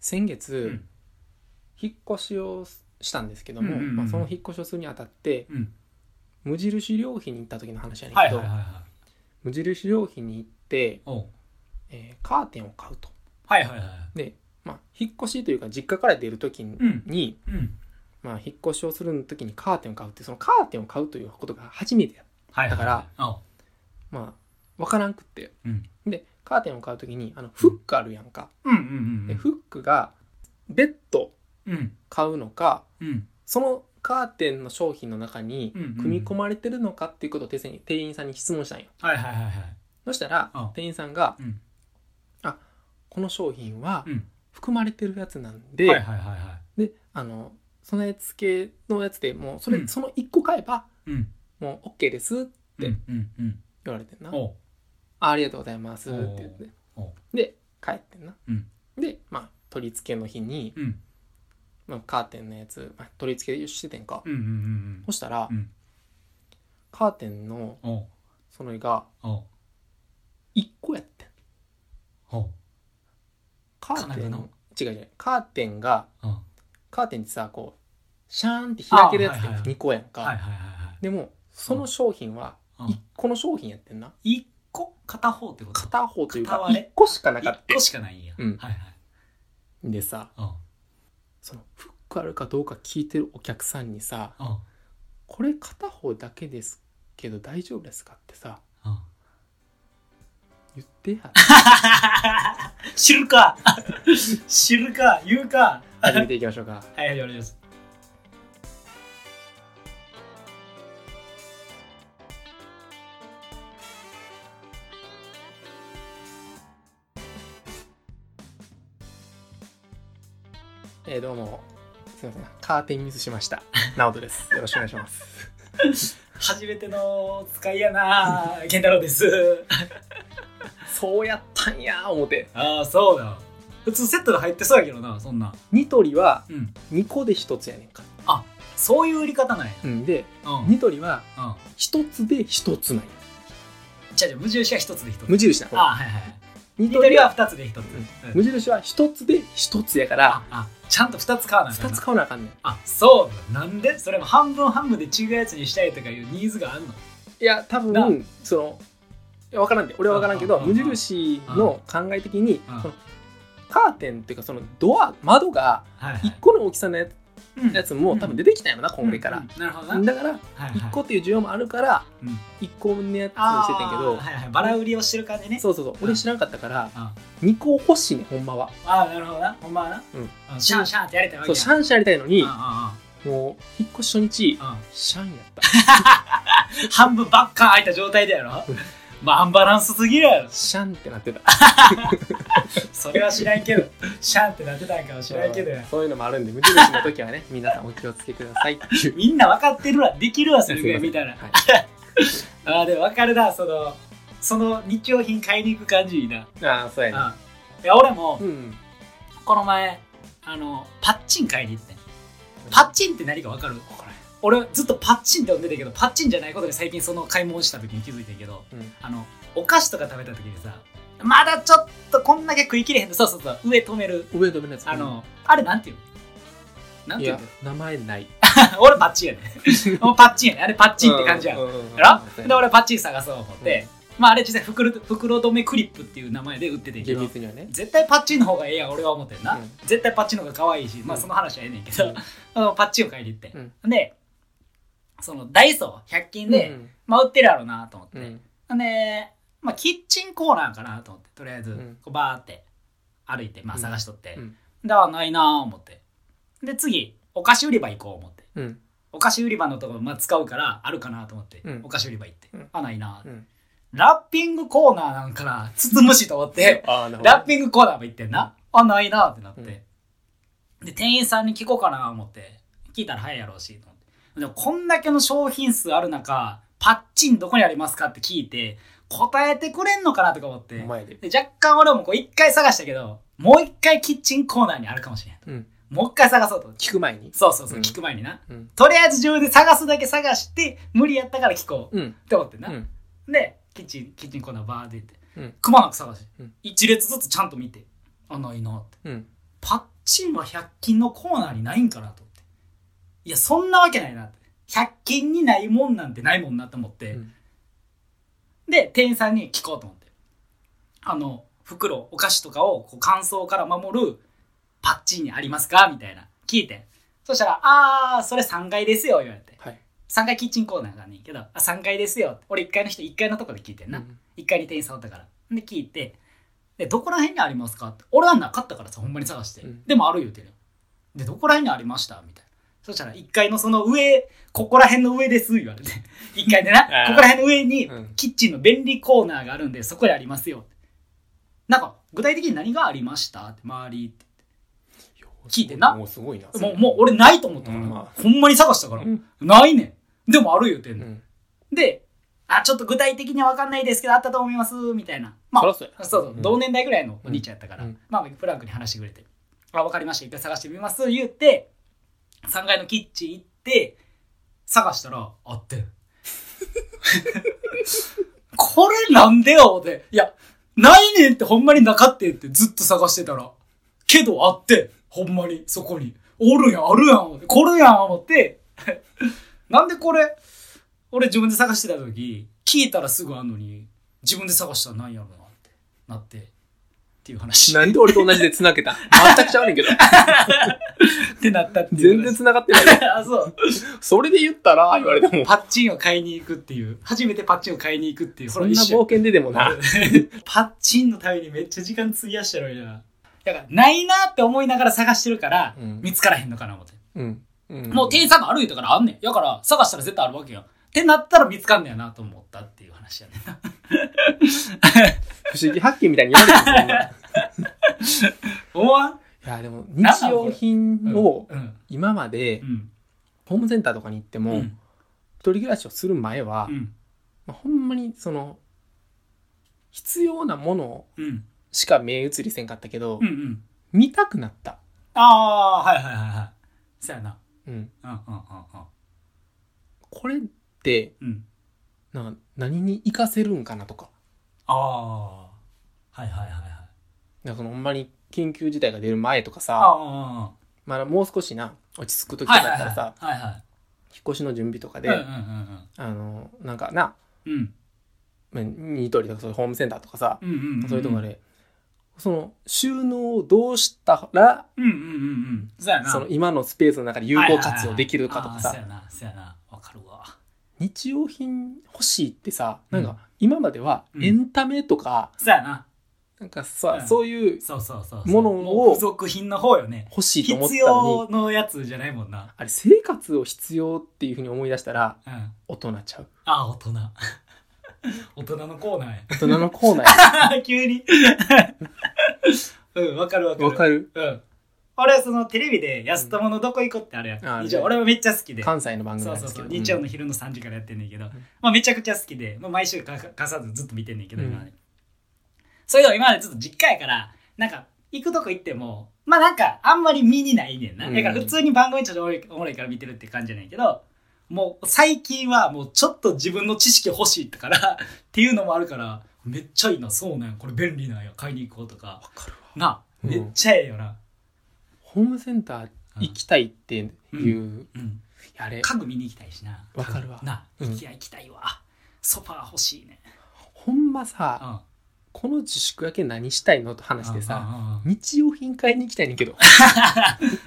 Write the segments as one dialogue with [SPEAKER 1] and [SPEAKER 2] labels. [SPEAKER 1] 先月、
[SPEAKER 2] うん
[SPEAKER 1] 引っ越しをしたんですけども、
[SPEAKER 2] うんうんうん
[SPEAKER 1] まあ、その引っ越しをするにあたって
[SPEAKER 2] うん
[SPEAKER 1] 無印良品に行った時の話やねん
[SPEAKER 2] は
[SPEAKER 1] け
[SPEAKER 2] い
[SPEAKER 1] ど、
[SPEAKER 2] はいはいはい
[SPEAKER 1] 無印良品に行って、
[SPEAKER 2] おう
[SPEAKER 1] えーカーテンを買うと
[SPEAKER 2] はいはいはい
[SPEAKER 1] で、まあ、引っ越しというか実家から出る時に、
[SPEAKER 2] うんうん
[SPEAKER 1] まあ、引っ越しをする時にカーテンを買うってそのカーテンを買うということが初めてや
[SPEAKER 2] はいはい
[SPEAKER 1] だから
[SPEAKER 2] おう
[SPEAKER 1] まあ分からんくって
[SPEAKER 2] うん
[SPEAKER 1] でカーテンを買う時にあのフックあるやんか、
[SPEAKER 2] うんうんう
[SPEAKER 1] で
[SPEAKER 2] ん
[SPEAKER 1] フックが別途
[SPEAKER 2] うん
[SPEAKER 1] 買うのか
[SPEAKER 2] うん
[SPEAKER 1] そのカーテンの商品の中に
[SPEAKER 2] うんうん
[SPEAKER 1] 組み込まれてるのかっていうことを店員店員さんに質問したんよ
[SPEAKER 2] はいはいはいはい
[SPEAKER 1] そしたら
[SPEAKER 2] うん
[SPEAKER 1] 店員さんが
[SPEAKER 2] うん
[SPEAKER 1] この商品は
[SPEAKER 2] うん
[SPEAKER 1] 含まれてるやつなん
[SPEAKER 2] はい
[SPEAKER 1] で
[SPEAKER 2] はいはいは
[SPEAKER 1] であのそのやつ系のやつでもうそれ、
[SPEAKER 2] うん
[SPEAKER 1] その1個買えば
[SPEAKER 2] いうん
[SPEAKER 1] もう OK ですって
[SPEAKER 2] うんうんうん
[SPEAKER 1] 言われてんな、
[SPEAKER 2] おう
[SPEAKER 1] あありがとうございますって言って
[SPEAKER 2] おう
[SPEAKER 1] で帰ってんな、
[SPEAKER 2] うん
[SPEAKER 1] でまあ取り付けの日に、
[SPEAKER 2] うん
[SPEAKER 1] まあ、カーテンのやつ、まあ、取り付けしててんか、
[SPEAKER 2] うんうんうん
[SPEAKER 1] そしたら、
[SPEAKER 2] うん
[SPEAKER 1] カーテンの
[SPEAKER 2] うんおう
[SPEAKER 1] その絵が
[SPEAKER 2] おう
[SPEAKER 1] 1個やってん
[SPEAKER 2] おう
[SPEAKER 1] カーテ
[SPEAKER 2] 金具
[SPEAKER 1] ン
[SPEAKER 2] の
[SPEAKER 1] 違う違うカーテンが
[SPEAKER 2] おう
[SPEAKER 1] カーテンってさこうシャーンって開けるやつ
[SPEAKER 2] あはいはいはい
[SPEAKER 1] って2個やんか、
[SPEAKER 2] はいはいは
[SPEAKER 1] でもその商品はい
[SPEAKER 2] はい
[SPEAKER 1] 1個の商品やってんな
[SPEAKER 2] 一個片方ってこと
[SPEAKER 1] 片方という
[SPEAKER 2] 片
[SPEAKER 1] か
[SPEAKER 2] 割
[SPEAKER 1] 1
[SPEAKER 2] れ
[SPEAKER 1] 個しかなかっ
[SPEAKER 2] 一個しかないんや
[SPEAKER 1] うん
[SPEAKER 2] はいはい
[SPEAKER 1] たでさ
[SPEAKER 2] おう
[SPEAKER 1] そのフックあるかどうか聞いてるお客さんにさ
[SPEAKER 2] おう
[SPEAKER 1] 「これ片方だけですけど大丈夫ですか?」ってさ
[SPEAKER 2] お う
[SPEAKER 1] 言ってや
[SPEAKER 2] 知るか 知るか言うか
[SPEAKER 1] 始めていきましょうか
[SPEAKER 2] はい、お願いします。
[SPEAKER 1] えーどうもすいませんカーテンミスしました直人ですよろしくお願いします
[SPEAKER 2] 初めての使いやな、健太郎です。
[SPEAKER 1] そうやったんや思て
[SPEAKER 2] ああ、そうだ。普通セットで入ってそうやけどな、そんな。
[SPEAKER 1] ニトリは
[SPEAKER 2] うん。
[SPEAKER 1] 2個で1つやねんか、
[SPEAKER 2] そういう売り方なんや。
[SPEAKER 1] うん、で
[SPEAKER 2] うん。うん。
[SPEAKER 1] ニトリは1つで1つなんや
[SPEAKER 2] じゃじゃ無印は一つで一つ。
[SPEAKER 1] 無印な
[SPEAKER 2] ああ、はいはい。
[SPEAKER 1] ニ
[SPEAKER 2] ニトリは二つで一つ。うん
[SPEAKER 1] 無印は1つで1つやから
[SPEAKER 2] あ、あ、ちゃんと二つ買わなあか
[SPEAKER 1] 2
[SPEAKER 2] んな
[SPEAKER 1] つ買わなあかんねん
[SPEAKER 2] あ、そうだ。なんでそれも半分半分で違うやつにしたいとかいうニーズがあんの
[SPEAKER 1] いや多
[SPEAKER 2] な
[SPEAKER 1] 分そのいや分からんで俺は分からんけ
[SPEAKER 2] う
[SPEAKER 1] ど
[SPEAKER 2] んうんう
[SPEAKER 1] 無
[SPEAKER 2] ん
[SPEAKER 1] 印の考え的に
[SPEAKER 2] うん
[SPEAKER 1] そのカーテンっていうかそのドア窓が
[SPEAKER 2] はいはい
[SPEAKER 1] 1。個の大きさのや
[SPEAKER 2] うん
[SPEAKER 1] やつも多分出てきたんやろな今回か
[SPEAKER 2] う
[SPEAKER 1] ら
[SPEAKER 2] んなるほどな。
[SPEAKER 1] だから
[SPEAKER 2] はいはい
[SPEAKER 1] 1個っていう需要もあるから
[SPEAKER 2] うん
[SPEAKER 1] 1個分のやつにしててんけ
[SPEAKER 2] あ
[SPEAKER 1] ど
[SPEAKER 2] ーはいはい、バラ売りをしてる感じね。
[SPEAKER 1] そうそうそう
[SPEAKER 2] う
[SPEAKER 1] 俺
[SPEAKER 2] ん
[SPEAKER 1] 知らんかったから
[SPEAKER 2] あ
[SPEAKER 1] 2個欲しいねほんまは
[SPEAKER 2] ああなるほどなほんまはな、
[SPEAKER 1] うん
[SPEAKER 2] あシャンシャンってやれたわけ
[SPEAKER 1] そう
[SPEAKER 2] や
[SPEAKER 1] シャンシャンやりたいのに
[SPEAKER 2] うんう
[SPEAKER 1] もう引っ越し初日
[SPEAKER 2] んうんうん
[SPEAKER 1] シャンやった
[SPEAKER 2] 半分ばっか開いた状態だやろ
[SPEAKER 1] うん
[SPEAKER 2] まあアンバランスすぎるやろ
[SPEAKER 1] シャンってなってた
[SPEAKER 2] それは知らんけどシャンってなってたんかもしらんけど
[SPEAKER 1] そういうのもあるんで無印の時はね 皆さんお気をつけくださいっていう
[SPEAKER 2] みんな分かってるわできるわそれぐらいみたいな
[SPEAKER 1] はい
[SPEAKER 2] ああでも分かるなそのその日用品買いに行く感じいいな、
[SPEAKER 1] ああそう
[SPEAKER 2] うん、い
[SPEAKER 1] やね
[SPEAKER 2] や俺も
[SPEAKER 1] うん
[SPEAKER 2] この前あのパッチン買いに行ってんパッチンって何か分かる俺ずっとパッチンって呼んでたけどパッチンじゃないことで最近その買い物した時に気づいてんけど
[SPEAKER 1] うん
[SPEAKER 2] あのお菓子とか食べた時にさまだちょっとこんだけ食い切れへんのそうそうそう上止める
[SPEAKER 1] 上止めのやつ
[SPEAKER 2] あの、あれなんていうのなん
[SPEAKER 1] い
[SPEAKER 2] ていう
[SPEAKER 1] や
[SPEAKER 2] の
[SPEAKER 1] 名前ない
[SPEAKER 2] 俺パッチンやね もうパッチンやねあれパッチンって感じやん
[SPEAKER 1] う
[SPEAKER 2] や
[SPEAKER 1] んうんうん
[SPEAKER 2] ろで俺パッチン探そう思って、まああれ実際袋袋止めクリップっていう名前で売っててんけ
[SPEAKER 1] 厳
[SPEAKER 2] ど
[SPEAKER 1] 密にはね
[SPEAKER 2] 絶対パッチンの方がええやん俺は思ってんな、
[SPEAKER 1] うん
[SPEAKER 2] 絶対パッチンの方が可愛いしまあ
[SPEAKER 1] うん
[SPEAKER 2] その話はええねんけど、あのパッチンを買いに行って、でそのダイソー100均で、
[SPEAKER 1] うん
[SPEAKER 2] まあ売ってるやろうなと思って、
[SPEAKER 1] うん
[SPEAKER 2] で、まあ、キッチンコーナーかなと思ってとりあえず、
[SPEAKER 1] うん
[SPEAKER 2] こうバーって歩いて、まあ、
[SPEAKER 1] うん
[SPEAKER 2] 探しとって、
[SPEAKER 1] うん
[SPEAKER 2] であないなー思ってで次お菓子売り場行こう思って
[SPEAKER 1] うん
[SPEAKER 2] お菓子売り場のところ、まあ、使うからあるかなと思って、
[SPEAKER 1] うん
[SPEAKER 2] お菓子売り場行って、
[SPEAKER 1] うん
[SPEAKER 2] あないなーって、
[SPEAKER 1] うん
[SPEAKER 2] ラッピングコーナーなんかなつつむしと思って
[SPEAKER 1] ああなるほど
[SPEAKER 2] ラッピングコーナーも行ってんな、あないなーってなって、で店員さんに聞こうかな思って聞いたら早いやろうしと思ってでもこんだけの商品数ある中パッチンどこにありますかって聞いて答えてくれんのかなとか思って
[SPEAKER 1] お前で
[SPEAKER 2] で若干俺もこう一回探したけどもう一回キッチンコーナーにあるかもしれんと
[SPEAKER 1] うん
[SPEAKER 2] もう一回探そうと思って
[SPEAKER 1] 聞く前に
[SPEAKER 2] そうそうそう、
[SPEAKER 1] うん
[SPEAKER 2] 聞く前にな
[SPEAKER 1] うん
[SPEAKER 2] とりあえず自分で探すだけ探して無理やったから聞こう
[SPEAKER 1] うん
[SPEAKER 2] って思ってんな、
[SPEAKER 1] うん
[SPEAKER 2] でキッチンキッチンコーナーバーって行って
[SPEAKER 1] うん
[SPEAKER 2] くまなく探して、
[SPEAKER 1] うん
[SPEAKER 2] 一列ずつちゃんと見てあないなって
[SPEAKER 1] うん
[SPEAKER 2] パッチンは100均のコーナーにないんかなと思って。いや、そんなわけないなって。100均にないもんなんてないもんなと思って。
[SPEAKER 1] うん
[SPEAKER 2] で、店員さんに聞こうと思って。あの、袋、お菓子とかをこう乾燥から守るパッチンにありますかみたいな。聞いて。そしたら、あー、それ3階ですよ、言われて。
[SPEAKER 1] はい。
[SPEAKER 2] 3階キッチンコーナーがねんけど、あ、3階ですよ。俺1階の人1階のとこで聞いてんな。
[SPEAKER 1] うん
[SPEAKER 2] 1階に店員さんおったから。で、聞いて、で、どこら辺にありますかって。俺はなかったからさ、ほんまに探して。
[SPEAKER 1] うん
[SPEAKER 2] でもある言うてるよ。で、どこら辺にありましたみたいな。そしたら、1階のその上、ここら辺の上です、言われて。1階で な、
[SPEAKER 1] あー
[SPEAKER 2] ここら辺の上に
[SPEAKER 1] うん、
[SPEAKER 2] キッチンの便利コーナーがあるんで、そこでありますよ。なんか、具体的に何がありましたって、周りって。聞いてな
[SPEAKER 1] もうすごいな。
[SPEAKER 2] もう、もう俺ないと思ったから、
[SPEAKER 1] うんま
[SPEAKER 2] ほんまに探したから。
[SPEAKER 1] うん
[SPEAKER 2] ないねん。でもある言うてん
[SPEAKER 1] う
[SPEAKER 2] の。
[SPEAKER 1] ん。
[SPEAKER 2] で、あ、ちょっと具体的には分かんないですけど、あったと思います、みたいな。ま
[SPEAKER 1] そら
[SPEAKER 2] あ、
[SPEAKER 1] そうや。
[SPEAKER 2] そうそう、
[SPEAKER 1] ん
[SPEAKER 2] 同年代ぐらいのお兄ちゃんやったから、
[SPEAKER 1] うん
[SPEAKER 2] まあ、フランクに話してくれて、あ、分かりました、一回探してみます、言って、3階のキッチン行って、探したら、あって ん。これなんでよって。いや、ないねんってほんまになかってんってずっと探してたら。けどあってん、ほんまに、そこに。おるやん、あるやん、思ってこれやん、思って。 なんでこれ、俺自分で探してた時、聞いたらすぐあんのに、自分で探したらなんやろうなって、なって、っていう話。
[SPEAKER 1] なんで俺と同じで繋 げた全くちゃうねんけど。
[SPEAKER 2] ってなったっていう
[SPEAKER 1] 全
[SPEAKER 2] 話。
[SPEAKER 1] 然繋が ってない。
[SPEAKER 2] あ、そう。
[SPEAKER 1] それで言ったら、言われても、
[SPEAKER 2] パッチンを買いに行くっていう。初めてパッチンを買いに行くっていう。
[SPEAKER 1] そ
[SPEAKER 2] の
[SPEAKER 1] んな
[SPEAKER 2] 一緒
[SPEAKER 1] 冒険ででもな。
[SPEAKER 2] パッチンのためにめっちゃ時間費やしたのにな。だから、ないなって思いながら探してるから、
[SPEAKER 1] うん
[SPEAKER 2] 見つからへんのかな思って。
[SPEAKER 1] うん。うん
[SPEAKER 2] もう店員さんが歩いたからあんねん。やから、探したら絶対あるわけよ。ってなったら見つかんねやなと思ったっていう話や ねんな。
[SPEAKER 1] 不思議発見みたいに言われてもそんな い
[SPEAKER 2] 思わん
[SPEAKER 1] や、でも、日用品を、
[SPEAKER 2] うん。
[SPEAKER 1] 今まで
[SPEAKER 2] う、ん。
[SPEAKER 1] ホームセンターとかに行って
[SPEAKER 2] う
[SPEAKER 1] も、
[SPEAKER 2] ん。
[SPEAKER 1] 一人暮らしをする前は、
[SPEAKER 2] うん。
[SPEAKER 1] まあ、ほんまに、その、必要なもの
[SPEAKER 2] うん。
[SPEAKER 1] しか目移りせんかったけど、
[SPEAKER 2] うん。うん。
[SPEAKER 1] 見たくなった。
[SPEAKER 2] ああー、はいはいはいはい。そうやな。
[SPEAKER 1] うん。
[SPEAKER 2] うんうんうん
[SPEAKER 1] これって、
[SPEAKER 2] うん。うん。
[SPEAKER 1] なんか何に活かせるんかなとか。
[SPEAKER 2] ああ。はいはいはいはい。
[SPEAKER 1] なんかそのほんまに緊急事態が出る前とか
[SPEAKER 2] あ
[SPEAKER 1] さ、
[SPEAKER 2] あ。
[SPEAKER 1] まあもう少しな、落ち着く時と
[SPEAKER 2] は
[SPEAKER 1] か
[SPEAKER 2] いは
[SPEAKER 1] だっ
[SPEAKER 2] い
[SPEAKER 1] たらさ、
[SPEAKER 2] はい。はいは
[SPEAKER 1] 引っ越しの準備とか
[SPEAKER 2] い。
[SPEAKER 1] で、
[SPEAKER 2] うんうんうん
[SPEAKER 1] あの、なんかな、
[SPEAKER 2] うん。うん。
[SPEAKER 1] まあニトリとかそういうホームセンターとかさ、
[SPEAKER 2] うんうんうん。
[SPEAKER 1] そういうとこで、その収納をどうしたら、
[SPEAKER 2] うんうんうんうん。そうやな。
[SPEAKER 1] その今のスペースの中で有効活用できるかとか
[SPEAKER 2] はい
[SPEAKER 1] さ
[SPEAKER 2] はい、はいあーそうやな、そうやな。わかるわ。
[SPEAKER 1] 日用品欲しいってさ、なん
[SPEAKER 2] うん
[SPEAKER 1] か今までは
[SPEAKER 2] うん
[SPEAKER 1] エンタメとか、
[SPEAKER 2] そうやな。
[SPEAKER 1] なんか
[SPEAKER 2] う
[SPEAKER 1] さ
[SPEAKER 2] ん、
[SPEAKER 1] そういう
[SPEAKER 2] そうそうそうそう。
[SPEAKER 1] ものを
[SPEAKER 2] もう付属品の方よね。
[SPEAKER 1] 欲しいと思った
[SPEAKER 2] 必
[SPEAKER 1] の
[SPEAKER 2] 要
[SPEAKER 1] に、
[SPEAKER 2] のやつじゃないもんな。
[SPEAKER 1] あれ生活を必要っていうふうに思い出したら、
[SPEAKER 2] うん。あ
[SPEAKER 1] 大人ちゃう。
[SPEAKER 2] あー、大人。 大人のコーナー
[SPEAKER 1] 大人のコーナー
[SPEAKER 2] や。 急に。うん、わかる わか
[SPEAKER 1] や。
[SPEAKER 2] る。
[SPEAKER 1] わかる
[SPEAKER 2] うん。俺はそのテレビで安友のどこ行こうってあるやん。
[SPEAKER 1] うんあー
[SPEAKER 2] 日曜俺もめっちゃ好きで。
[SPEAKER 1] 関西の番組
[SPEAKER 2] そう
[SPEAKER 1] なん
[SPEAKER 2] そ
[SPEAKER 1] で
[SPEAKER 2] う
[SPEAKER 1] すけ
[SPEAKER 2] そ
[SPEAKER 1] ど。
[SPEAKER 2] う日曜の
[SPEAKER 1] うん
[SPEAKER 2] 昼の3時からやってんねんけど、まあ、めちゃくちゃ好きで、まあ、毎週かかさずずっと見てんねんけど
[SPEAKER 1] うん
[SPEAKER 2] 今まで、それでも今までずっと実家やからなんか行くとこ行ってもまあなんかあんまり身にないねんな、
[SPEAKER 1] うん
[SPEAKER 2] だから普通に番組ちょっとおもろいおもろいから見てるって感じじゃないけどもう最近はもうちょっと自分の知識欲しいから っていうのもあるからめっちゃいいなそうなんやこれ便利なんや買いに行こうとか
[SPEAKER 1] わかるわ。
[SPEAKER 2] な
[SPEAKER 1] うん
[SPEAKER 2] めっちゃええよな、
[SPEAKER 1] ホームセンター行きたいっていう、
[SPEAKER 2] うん、
[SPEAKER 1] あれ、
[SPEAKER 2] 家具見に行きたいしな
[SPEAKER 1] わかるわ
[SPEAKER 2] な
[SPEAKER 1] うん
[SPEAKER 2] 行き行きたいわ、ソファー欲しいね
[SPEAKER 1] ほんまさ、
[SPEAKER 2] うん
[SPEAKER 1] この自粛明け何したいのと話してさ、
[SPEAKER 2] うんうんうん
[SPEAKER 1] 日用品買いに行きたいねんけど。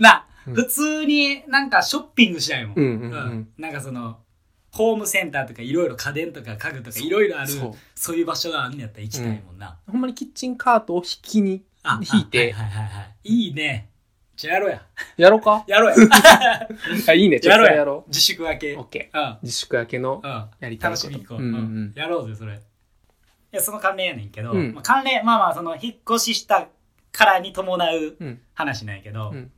[SPEAKER 2] な、
[SPEAKER 1] うん
[SPEAKER 2] 普通になんかショッピングしたいもん。
[SPEAKER 1] うんうんうん
[SPEAKER 2] なんかその、ホームセンターとかいろいろ家電とか家具とかいろいろある、
[SPEAKER 1] そ
[SPEAKER 2] そう
[SPEAKER 1] う。
[SPEAKER 2] いう場所があるんやったら行きたいもんな。
[SPEAKER 1] ほんまにキッチンカートを引きに
[SPEAKER 2] あ
[SPEAKER 1] 引いて
[SPEAKER 2] はいはいはいはい。いいね。じゃあやろうや。
[SPEAKER 1] やろう か
[SPEAKER 2] やろう
[SPEAKER 1] あいいね、ちょ
[SPEAKER 2] や。
[SPEAKER 1] っとそう
[SPEAKER 2] やろ
[SPEAKER 1] れ
[SPEAKER 2] や。
[SPEAKER 1] やろ
[SPEAKER 2] 自粛明け。
[SPEAKER 1] う。
[SPEAKER 2] う
[SPEAKER 1] オ
[SPEAKER 2] ん
[SPEAKER 1] ッ。ケ
[SPEAKER 2] うん
[SPEAKER 1] ー。自粛明けの。やりたいこ
[SPEAKER 2] 楽
[SPEAKER 1] と
[SPEAKER 2] しみに行こう、
[SPEAKER 1] うんうん
[SPEAKER 2] うんやろうぜ、それ。いや、その関連やねんけど、
[SPEAKER 1] うん
[SPEAKER 2] まあ、関連、まあまあ、その、引っ越ししたからに伴う
[SPEAKER 1] うん。
[SPEAKER 2] 話なんやけど、
[SPEAKER 1] うん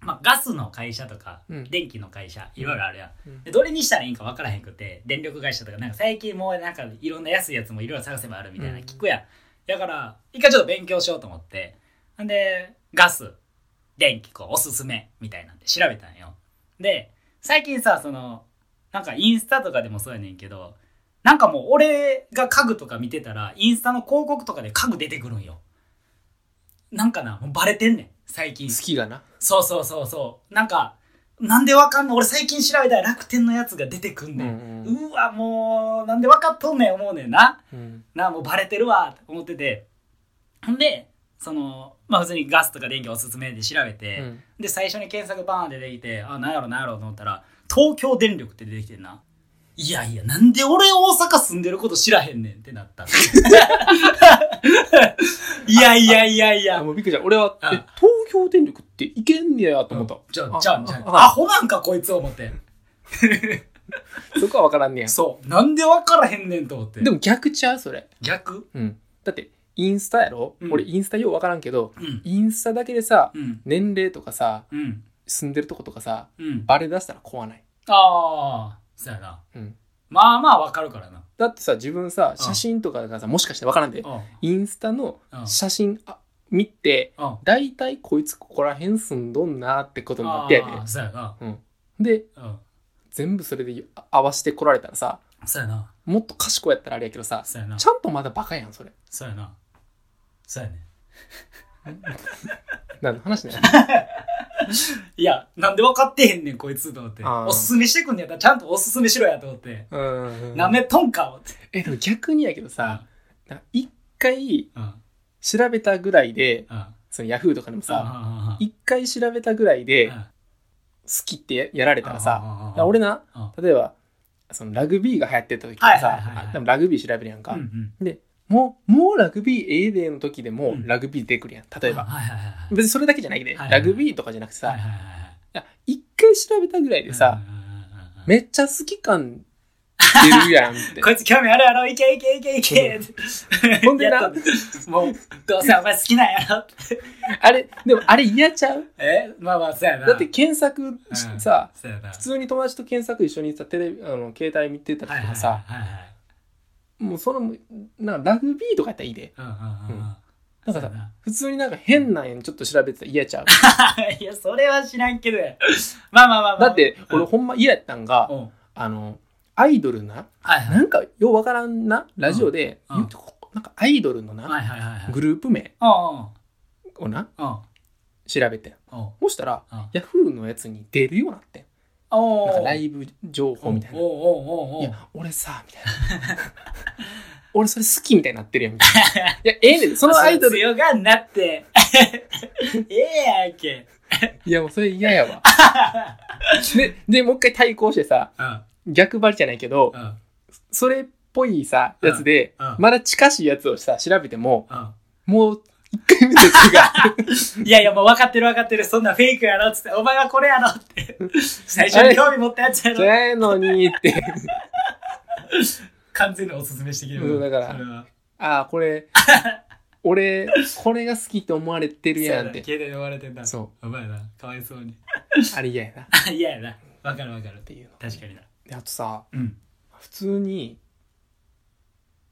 [SPEAKER 2] まあ、ガスの会社とか、
[SPEAKER 1] うん
[SPEAKER 2] 電気の会社いろいろあるやん、
[SPEAKER 1] うん
[SPEAKER 2] でどれにしたらいいんか分からへんくて電力会社とかなんか最近もうなんかいろんな安いやつもいろいろ探せばあるみたいな
[SPEAKER 1] うん
[SPEAKER 2] 聞くやん、だから一回ちょっと勉強しようと思ってんでガス電気こうおすすめみたいなんで調べたんよで最近さそのなんかインスタとかでもそうやねんけどなんかもう俺が家具とか見てたらインスタの広告とかで家具出てくるんよなんかなもうバレてんねん最近
[SPEAKER 1] 好きがな
[SPEAKER 2] そうそうそうそうなんかなんでわかんの俺最近調べたら楽天のやつが出てくん
[SPEAKER 1] うん
[SPEAKER 2] ね、
[SPEAKER 1] うん
[SPEAKER 2] うんわもうなんでわかっとんねん思うねんな
[SPEAKER 1] うん
[SPEAKER 2] なあもうバレてるわって思っててほんでそのまあ普通にガスとか電気おすすめで調べて、
[SPEAKER 1] うん
[SPEAKER 2] で最初に検索バーンって出てきてあなんやろなんやろと思ったら東京電力って出てきてんないやいやなんで俺大阪住んでること知らへんねんってなったいやいやいやい
[SPEAKER 1] あ
[SPEAKER 2] や
[SPEAKER 1] もうびっくりした俺は
[SPEAKER 2] あ
[SPEAKER 1] え東京電力っていけんねやと思った、
[SPEAKER 2] じゃあ
[SPEAKER 1] あ
[SPEAKER 2] じゃあじゃ
[SPEAKER 1] あ
[SPEAKER 2] あアホなんかこいつ思って
[SPEAKER 1] そこは分からんねや
[SPEAKER 2] そうなんで分からへんねんと思って
[SPEAKER 1] でも逆ちゃうそれ、
[SPEAKER 2] 逆
[SPEAKER 1] うん、だってインスタやろ、
[SPEAKER 2] うん
[SPEAKER 1] 俺インスタよう分からんけど
[SPEAKER 2] うん
[SPEAKER 1] インスタだけでさ
[SPEAKER 2] うん
[SPEAKER 1] 年齢とかさ
[SPEAKER 2] うん
[SPEAKER 1] 住んでるとことかさ
[SPEAKER 2] うん
[SPEAKER 1] バレ出したら怖ない、
[SPEAKER 2] ああそうやな
[SPEAKER 1] うん、
[SPEAKER 2] まあまあ分かるからな
[SPEAKER 1] だってさ自分さ写真とかがさもしかして分からんで
[SPEAKER 2] うん
[SPEAKER 1] インスタの
[SPEAKER 2] うん
[SPEAKER 1] 写真あ見て
[SPEAKER 2] うん
[SPEAKER 1] 大体こいつここら辺住んどんなってことになってや
[SPEAKER 2] ああそうやな
[SPEAKER 1] でで
[SPEAKER 2] うん
[SPEAKER 1] 全部それであ合わせてこられたらさ
[SPEAKER 2] そうやな
[SPEAKER 1] もっと賢いやったらあれやけどさ
[SPEAKER 2] そうやな
[SPEAKER 1] ちゃんとまだバカやんそれ
[SPEAKER 2] そうやなそうやね
[SPEAKER 1] なんの話ね
[SPEAKER 2] いやなんで分かってへんねんこいつと思って
[SPEAKER 1] あー
[SPEAKER 2] おすすめしてくんねやったらちゃんとおすすめしろやと思って
[SPEAKER 1] うん
[SPEAKER 2] なめとんか思って
[SPEAKER 1] えでも逆にやけどさなんか一回
[SPEAKER 2] うんうん
[SPEAKER 1] 調べたぐらいで
[SPEAKER 2] うん
[SPEAKER 1] そのヤフーとかでもさ
[SPEAKER 2] あ
[SPEAKER 1] 一回調べたぐらいで好きってややられたらさだから俺な
[SPEAKER 2] うん
[SPEAKER 1] 例えばそのラグビーが流行ってた時とか
[SPEAKER 2] はいはいはいは
[SPEAKER 1] さ
[SPEAKER 2] い
[SPEAKER 1] でもラグビー調べるやんか、
[SPEAKER 2] うんうん
[SPEAKER 1] もう、もうラグビー A デーの時でも
[SPEAKER 2] うん
[SPEAKER 1] ラグビー出てくるやん。例えば。
[SPEAKER 2] はいはいはいはい
[SPEAKER 1] 別にそれだけじゃないけど、
[SPEAKER 2] はいは
[SPEAKER 1] ラ
[SPEAKER 2] い
[SPEAKER 1] グビーとかじゃなくて
[SPEAKER 2] はい
[SPEAKER 1] さ、
[SPEAKER 2] はいはいはい
[SPEAKER 1] いや一回調べたぐらいでさ、
[SPEAKER 2] うんうんうんうんうん
[SPEAKER 1] めっちゃ好き感出るやんって
[SPEAKER 2] こ。いつ興味あるやろいけいけいけいけ
[SPEAKER 1] ほんで
[SPEAKER 2] や
[SPEAKER 1] な
[SPEAKER 2] っ、ともうどうせお前好きなんやろ
[SPEAKER 1] あれ、でもあれ嫌ちゃう
[SPEAKER 2] えまあまあそうやな
[SPEAKER 1] だって検索し
[SPEAKER 2] うん
[SPEAKER 1] さ、
[SPEAKER 2] そうやな
[SPEAKER 1] 普通に友達と検索一緒にさ、テレビ、あの、携帯見てた
[SPEAKER 2] は
[SPEAKER 1] り
[SPEAKER 2] い
[SPEAKER 1] と
[SPEAKER 2] は
[SPEAKER 1] か
[SPEAKER 2] い
[SPEAKER 1] さ、
[SPEAKER 2] はいはい
[SPEAKER 1] もうその、なんかラグビーとかやったらいいで。
[SPEAKER 2] うんうんうんうん
[SPEAKER 1] なんか
[SPEAKER 2] そ
[SPEAKER 1] さ
[SPEAKER 2] うやな
[SPEAKER 1] 普通になんか変なんやんちょっと調べてたら嫌ちゃう。
[SPEAKER 2] いや、それは知らんけどや。まあまあまあまあ。
[SPEAKER 1] だって、俺ほんま嫌やったんが
[SPEAKER 2] う、ん、
[SPEAKER 1] あの、アイドルな、
[SPEAKER 2] はいはい。
[SPEAKER 1] なんかようわからんなラジオで、
[SPEAKER 2] うんうん
[SPEAKER 1] なんかアイドルのな、
[SPEAKER 2] はいはいはいはい。
[SPEAKER 1] グループ名
[SPEAKER 2] う
[SPEAKER 1] をなん
[SPEAKER 2] うんうん。
[SPEAKER 1] 調べて
[SPEAKER 2] うんうん。
[SPEAKER 1] そしたら
[SPEAKER 2] うん
[SPEAKER 1] ヤフーのやつに出るようになってん
[SPEAKER 2] お
[SPEAKER 1] な
[SPEAKER 2] ー
[SPEAKER 1] んかライブ情報みたいな「い
[SPEAKER 2] おーおーおーおー
[SPEAKER 1] や俺さ」みたいな 「俺それ好き」みたいになってるやんみたいないやええね んそのアイドル
[SPEAKER 2] 強がんな って。ええやんけ。
[SPEAKER 1] いやもうそれ嫌やわででもう一回対抗してさ
[SPEAKER 2] うん。
[SPEAKER 1] 逆張りじゃないけど
[SPEAKER 2] うん。
[SPEAKER 1] それっぽいさやつで、
[SPEAKER 2] うんうん
[SPEAKER 1] まだ近しいやつをさ調べても
[SPEAKER 2] う
[SPEAKER 1] もう一回目のやつが
[SPEAKER 2] ん。いやいや、もう分かってる分かってる。そんなフェイクやろっつって、お前はこれやろって。 最初に興味持ったやつや
[SPEAKER 1] じ
[SPEAKER 2] ろ。
[SPEAKER 1] ゃえのにって
[SPEAKER 2] 完全におすすめしてきて
[SPEAKER 1] そう
[SPEAKER 2] る。
[SPEAKER 1] だから
[SPEAKER 2] それは。
[SPEAKER 1] ああこれ俺これが好きって思われてる
[SPEAKER 2] そう
[SPEAKER 1] や
[SPEAKER 2] や
[SPEAKER 1] ん
[SPEAKER 2] な
[SPEAKER 1] っ
[SPEAKER 2] 携
[SPEAKER 1] て
[SPEAKER 2] 帯で追われてんだ。。
[SPEAKER 1] そう
[SPEAKER 2] お前な。かわいそうに。
[SPEAKER 1] あれ嫌やなっ
[SPEAKER 2] いややな。わかるわかる。
[SPEAKER 1] ていうの
[SPEAKER 2] 確かにな。
[SPEAKER 1] であとさ
[SPEAKER 2] うん。
[SPEAKER 1] 普通に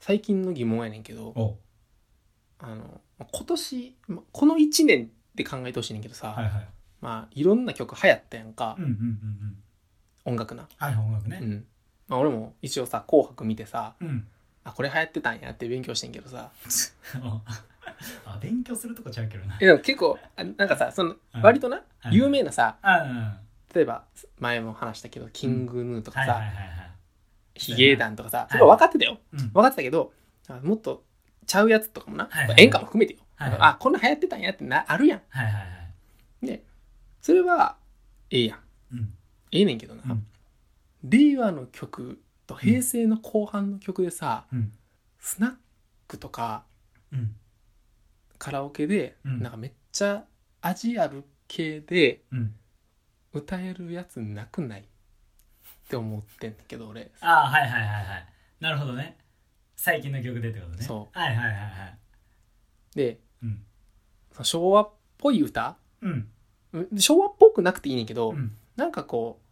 [SPEAKER 1] 最近の疑問やねんけど
[SPEAKER 2] お
[SPEAKER 1] あの今年まこの1年って考えてほしいねんけどさ、
[SPEAKER 2] はいはい。
[SPEAKER 1] まあいろんな曲流行ったやんか
[SPEAKER 2] うん、うんうんうん。
[SPEAKER 1] 音楽な、
[SPEAKER 2] はい、音楽
[SPEAKER 1] う
[SPEAKER 2] ね。
[SPEAKER 1] んまあ、俺も一応さ「紅白」見てさ
[SPEAKER 2] うん。
[SPEAKER 1] あこれ流行ってたんやって勉強してんけどさ
[SPEAKER 2] あ、勉強するとこちゃうけどな
[SPEAKER 1] え。でも結構あなんかさその
[SPEAKER 2] うん
[SPEAKER 1] 割とな
[SPEAKER 2] うん
[SPEAKER 1] 有名なさ
[SPEAKER 2] あうん。は
[SPEAKER 1] 例えば前も話したけど「キングヌー」と
[SPEAKER 2] い
[SPEAKER 1] か
[SPEAKER 2] はいはい
[SPEAKER 1] さ
[SPEAKER 2] はい。
[SPEAKER 1] ヒゲダンとかさ、
[SPEAKER 2] い
[SPEAKER 1] それは分かってたよ。
[SPEAKER 2] うん。
[SPEAKER 1] 分かってたけど、あもっとちゃうやつとかもな、
[SPEAKER 2] はいはい
[SPEAKER 1] 演歌も含めてよ。
[SPEAKER 2] はいはい
[SPEAKER 1] あ、こんなん流行ってたんやってな、あるやん。
[SPEAKER 2] はいはいはい。
[SPEAKER 1] それは、ええやん。
[SPEAKER 2] うん。
[SPEAKER 1] ええねんけどな。
[SPEAKER 2] うん
[SPEAKER 1] 令和の曲と平成の後半の曲でさ、
[SPEAKER 2] うん。
[SPEAKER 1] スナックとか
[SPEAKER 2] うん。
[SPEAKER 1] カラオケで、
[SPEAKER 2] うん
[SPEAKER 1] なんかめっちゃアジアル系で
[SPEAKER 2] うん。
[SPEAKER 1] 歌えるやつなくないって思ってんけど、俺。
[SPEAKER 2] あはいはいはいはい。なるほどね。最近の曲でってことね。。
[SPEAKER 1] そう
[SPEAKER 2] はいはいはいはい。
[SPEAKER 1] で、
[SPEAKER 2] うん。
[SPEAKER 1] その昭和っぽい歌
[SPEAKER 2] うん。
[SPEAKER 1] うん昭和っぽくなくていいねんけど、
[SPEAKER 2] うん
[SPEAKER 1] なんかこう、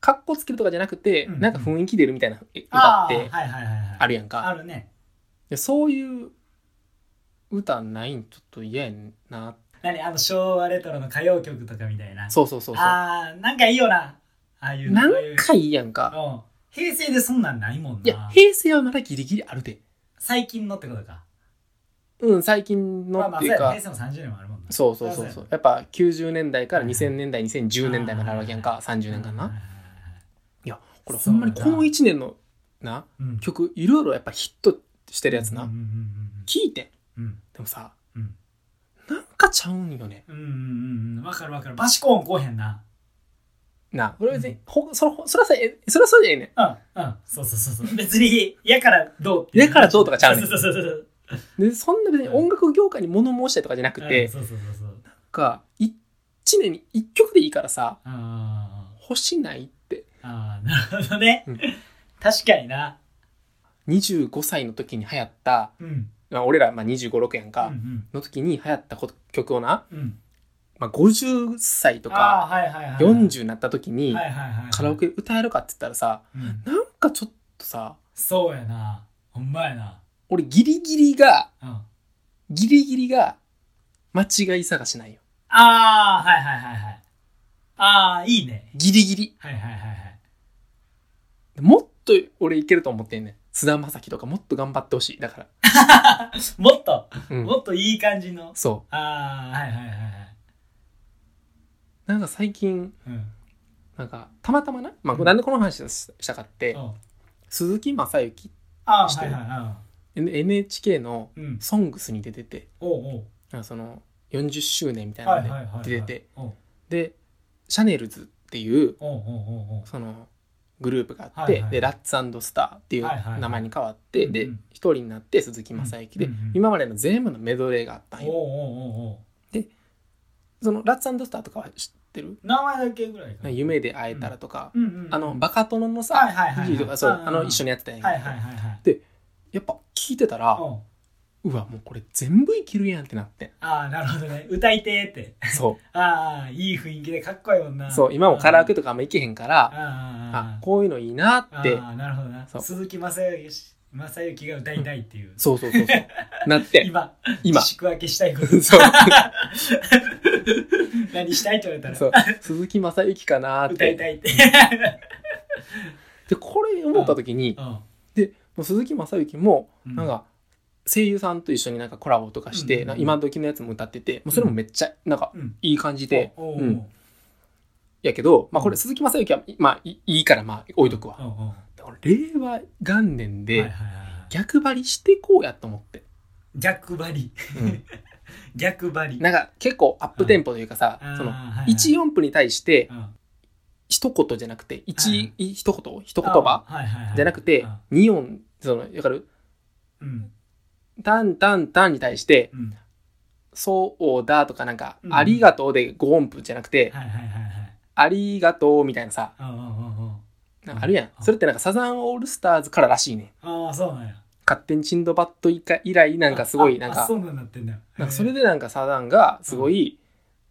[SPEAKER 1] かっこつけるとかじゃなくて、
[SPEAKER 2] うん
[SPEAKER 1] なんか雰囲気出るみたいなえ歌
[SPEAKER 2] あ
[SPEAKER 1] っ
[SPEAKER 2] ーは
[SPEAKER 1] て
[SPEAKER 2] いはいはいはい。
[SPEAKER 1] あるやんか。
[SPEAKER 2] あるね。
[SPEAKER 1] でそういう歌ないんちょっと嫌やな。
[SPEAKER 2] 何あの昭和レトロの歌謡曲とかみたいな。
[SPEAKER 1] そうそうそうそう。
[SPEAKER 2] あーなんかいいよな。ああいうの
[SPEAKER 1] な
[SPEAKER 2] こうい
[SPEAKER 1] ん
[SPEAKER 2] う
[SPEAKER 1] かいいやんか。
[SPEAKER 2] うん。平成でそんなんないもんな。
[SPEAKER 1] いや、平成はまだギリギリあるで。
[SPEAKER 2] 最近のってことか。
[SPEAKER 1] うん、最近の
[SPEAKER 2] まあまあ
[SPEAKER 1] ってい
[SPEAKER 2] そう
[SPEAKER 1] う
[SPEAKER 2] や
[SPEAKER 1] か
[SPEAKER 2] ね平、成も30年もあるもんな
[SPEAKER 1] そうそうそうそう。やっぱ90年代から2000年代、2010年代まであるわけやんか、30年間
[SPEAKER 2] はい
[SPEAKER 1] な。
[SPEAKER 2] はいはい
[SPEAKER 1] いや、これほんまにこの1年のな、
[SPEAKER 2] はいうん
[SPEAKER 1] 曲、いろいろやっぱヒットしてるやつな
[SPEAKER 2] うんう、ん
[SPEAKER 1] 聞いてん。
[SPEAKER 2] うんうん
[SPEAKER 1] でもさ、
[SPEAKER 2] うん
[SPEAKER 1] なんかちゃうんよね。
[SPEAKER 2] うんうんうんうんわかるわかるバシコーンこうへんな
[SPEAKER 1] なあ、俺は別に、ほそれほそれはさ、えそれはそうじゃええね
[SPEAKER 2] うんうんそうそうそうそう別に嫌からどうっていう
[SPEAKER 1] 嫌からどうとかちゃうねん
[SPEAKER 2] そうそうそうそう
[SPEAKER 1] ねん。で、そんな別に音楽業界に物申したりとかじゃなく
[SPEAKER 2] うん
[SPEAKER 1] て、
[SPEAKER 2] そうそうそうそう
[SPEAKER 1] なんか、1年に1曲でいいからさ、
[SPEAKER 2] あー
[SPEAKER 1] 欲しないって。
[SPEAKER 2] あーなるほどね、
[SPEAKER 1] うん
[SPEAKER 2] 確かにな
[SPEAKER 1] 25歳の時に流行った、
[SPEAKER 2] うん
[SPEAKER 1] まあ、俺らまあ25、6やん
[SPEAKER 2] う
[SPEAKER 1] か、
[SPEAKER 2] ん
[SPEAKER 1] の時に流行ったこと曲をな、
[SPEAKER 2] うんうん
[SPEAKER 1] まあ、50歳とか、
[SPEAKER 2] あーはいはいはい
[SPEAKER 1] 40になった時に
[SPEAKER 2] はいはいはい
[SPEAKER 1] カラオケ歌えるかって言ったらさ、
[SPEAKER 2] うん
[SPEAKER 1] なんかちょっとさ、
[SPEAKER 2] そうやなほんまやな
[SPEAKER 1] 俺ギリギリが、
[SPEAKER 2] うんあ
[SPEAKER 1] ギリギリが間違い探しないよ。
[SPEAKER 2] あーはいはいはいはいああいいね
[SPEAKER 1] ギリギリ。
[SPEAKER 2] はいはいはいはい
[SPEAKER 1] もっと俺いけると思ってんねん。菅田将暉とかもっと頑張ってほしい。だから。
[SPEAKER 2] もっと
[SPEAKER 1] うん
[SPEAKER 2] もっといい感じの
[SPEAKER 1] そ
[SPEAKER 2] ああはいはいはいはい、
[SPEAKER 1] う。なんか最近、
[SPEAKER 2] うん
[SPEAKER 1] なんか、たまたまな、まあ、
[SPEAKER 2] うん
[SPEAKER 1] なんでこの話をししたかって、
[SPEAKER 2] うん、
[SPEAKER 1] 鈴木雅之、
[SPEAKER 2] ああ
[SPEAKER 1] して
[SPEAKER 2] はい
[SPEAKER 1] る
[SPEAKER 2] はいは
[SPEAKER 1] N- NHK の
[SPEAKER 2] いうん
[SPEAKER 1] 「ソングスに出てて、
[SPEAKER 2] おうおう
[SPEAKER 1] なんかその40周年みたい
[SPEAKER 2] は
[SPEAKER 1] ない
[SPEAKER 2] はいはい
[SPEAKER 1] の
[SPEAKER 2] はい
[SPEAKER 1] で出てて、
[SPEAKER 2] おう
[SPEAKER 1] で、シャネルズっていう、
[SPEAKER 2] おうおうおうおう
[SPEAKER 1] その、グループがあっ
[SPEAKER 2] は
[SPEAKER 1] て、
[SPEAKER 2] いはい
[SPEAKER 1] で、ラッツスターってい
[SPEAKER 2] はいはいは
[SPEAKER 1] う
[SPEAKER 2] い
[SPEAKER 1] 名前に変わっ
[SPEAKER 2] う
[SPEAKER 1] て、
[SPEAKER 2] ん
[SPEAKER 1] で
[SPEAKER 2] う、ん
[SPEAKER 1] 一人になって鈴木雅之で
[SPEAKER 2] うんうん、
[SPEAKER 1] 今までの全部のメドレーがあったん
[SPEAKER 2] おうお
[SPEAKER 1] よ。
[SPEAKER 2] うおうお
[SPEAKER 1] その、ラッツスターとかは知ってる
[SPEAKER 2] う名前だけぐらいかな
[SPEAKER 1] 夢で会えたらとか、
[SPEAKER 2] うんうん
[SPEAKER 1] あの、バカ殿の
[SPEAKER 2] はい
[SPEAKER 1] さ、
[SPEAKER 2] はいはいはい
[SPEAKER 1] 藤井とか、そう、あの、一緒
[SPEAKER 2] に
[SPEAKER 1] にやってたやん
[SPEAKER 2] はいは
[SPEAKER 1] や
[SPEAKER 2] いはいはい
[SPEAKER 1] やっぱ聞いてたら、
[SPEAKER 2] おう
[SPEAKER 1] うわ、もうこれ全部いけるやんってなって。
[SPEAKER 2] ああなるほどね歌いてーって
[SPEAKER 1] そ
[SPEAKER 2] ああいい雰囲気でかっこいいもんな
[SPEAKER 1] う。そう、今もカラオケ
[SPEAKER 2] と
[SPEAKER 1] とかあんま行けへんか
[SPEAKER 2] あー
[SPEAKER 1] ら、あ
[SPEAKER 2] あ、ー
[SPEAKER 1] こういうのいいな
[SPEAKER 2] あー
[SPEAKER 1] って、
[SPEAKER 2] あーなるほどな
[SPEAKER 1] そう
[SPEAKER 2] 鈴木雅之正幸が歌いたいっていう
[SPEAKER 1] そうそうそう そう、なって、
[SPEAKER 2] 今
[SPEAKER 1] 今。
[SPEAKER 2] 自粛分けした いこと
[SPEAKER 1] そう
[SPEAKER 2] 何したいって言われた
[SPEAKER 1] そ
[SPEAKER 2] ら
[SPEAKER 1] う、鈴木雅之かなーっ
[SPEAKER 2] 歌
[SPEAKER 1] て。
[SPEAKER 2] いたいって
[SPEAKER 1] で、これ思った時に、
[SPEAKER 2] うん
[SPEAKER 1] もう鈴木雅之も、
[SPEAKER 2] うん
[SPEAKER 1] なんか、声優さんと一緒になんかコラボとかし
[SPEAKER 2] うんう
[SPEAKER 1] て、
[SPEAKER 2] ん
[SPEAKER 1] なんか今時のやつも歌ってて、もうそれもめっちゃ、なんか、
[SPEAKER 2] うん
[SPEAKER 1] いい感じで、
[SPEAKER 2] おうおう
[SPEAKER 1] うんやけど、まあこれ
[SPEAKER 2] うん
[SPEAKER 1] 鈴木雅之は、まあ、いいいからまあ置いとくわ
[SPEAKER 2] お。うおう
[SPEAKER 1] 令和元年
[SPEAKER 2] はい
[SPEAKER 1] で
[SPEAKER 2] はいはいはい
[SPEAKER 1] 逆張りしてこうやと思って、
[SPEAKER 2] 逆張り 逆張り
[SPEAKER 1] なんか結構アップテンポというかさ、その
[SPEAKER 2] 応
[SPEAKER 1] 14分に対して
[SPEAKER 2] 言
[SPEAKER 1] 一言じゃなくて
[SPEAKER 2] はい
[SPEAKER 1] 一一言一言葉じゃなくて2音そのだから
[SPEAKER 2] うん
[SPEAKER 1] タンタンタンに対して
[SPEAKER 2] うん
[SPEAKER 1] 「そうだ」とかなんか「
[SPEAKER 2] うん
[SPEAKER 1] ありがとう」で5音符じゃなくて
[SPEAKER 2] はいはいはいはい
[SPEAKER 1] 「ありがとう」みたいなさ
[SPEAKER 2] おうおうおうおう
[SPEAKER 1] なんかあるやん
[SPEAKER 2] うん
[SPEAKER 1] それってなんかサザンオールスターズかららしいねん
[SPEAKER 2] ああそうなんや
[SPEAKER 1] 勝手にチンドバッド以下以来なんかすごい
[SPEAKER 2] あ
[SPEAKER 1] なん
[SPEAKER 2] ああ
[SPEAKER 1] か
[SPEAKER 2] そうなんだってんだ
[SPEAKER 1] なんかそれでなんかサザンがすごい、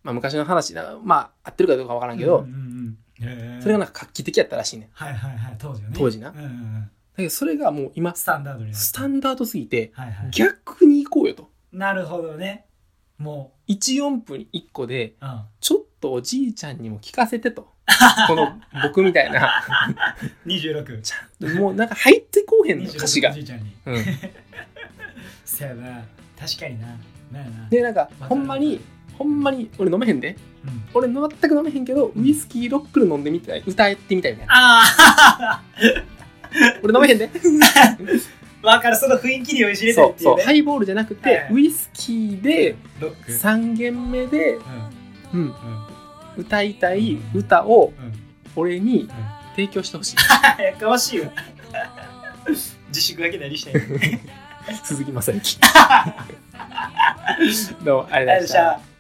[SPEAKER 1] まあ、昔の話なまあ合ってるかどうかわからんけど、それがな
[SPEAKER 2] な
[SPEAKER 1] んか画期的やったらしいねんだ
[SPEAKER 2] はいはいはい当時よね
[SPEAKER 1] 当時な
[SPEAKER 2] うんうんうん
[SPEAKER 1] けどそれがもう今
[SPEAKER 2] スタンダードになった
[SPEAKER 1] スタンダードすぎて
[SPEAKER 2] はいはい
[SPEAKER 1] 逆に行こうよと
[SPEAKER 2] なるほどねも
[SPEAKER 1] 14分に1個で
[SPEAKER 2] ううん
[SPEAKER 1] ちょっとおじいちゃんにも聞かせて とこの僕みたいな
[SPEAKER 2] 26
[SPEAKER 1] ちゃんともうなんか入ってこうへんのよ歌詞
[SPEAKER 2] 26お
[SPEAKER 1] が
[SPEAKER 2] じ。いちゃんに
[SPEAKER 1] うん、
[SPEAKER 2] そやな確かにななやな
[SPEAKER 1] でなんか
[SPEAKER 2] る
[SPEAKER 1] ほんまにほんまに俺飲めへんで
[SPEAKER 2] うん
[SPEAKER 1] 俺全く飲めへんけどウイスキーロックル飲んでみたい歌えてみたいみたいな
[SPEAKER 2] あ
[SPEAKER 1] 俺飲めへんで
[SPEAKER 2] あわかるその雰囲気に酔いしれてる
[SPEAKER 1] そ
[SPEAKER 2] っ
[SPEAKER 1] う
[SPEAKER 2] てい
[SPEAKER 1] そううハ
[SPEAKER 2] ね
[SPEAKER 1] イボールじゃなくて、
[SPEAKER 2] はいはい
[SPEAKER 1] ウイスキーで
[SPEAKER 2] ロック
[SPEAKER 1] 3軒目で、
[SPEAKER 2] う
[SPEAKER 1] うん、
[SPEAKER 2] んうん
[SPEAKER 1] 歌いたい歌を
[SPEAKER 2] うん
[SPEAKER 1] 俺に
[SPEAKER 2] うん
[SPEAKER 1] 提供してほし い
[SPEAKER 2] あやかましいわ 自粛だけ 何したいの
[SPEAKER 1] 鈴木雅之どうもありがとうございま
[SPEAKER 2] あ
[SPEAKER 1] し
[SPEAKER 2] じ
[SPEAKER 1] た
[SPEAKER 2] ゃあ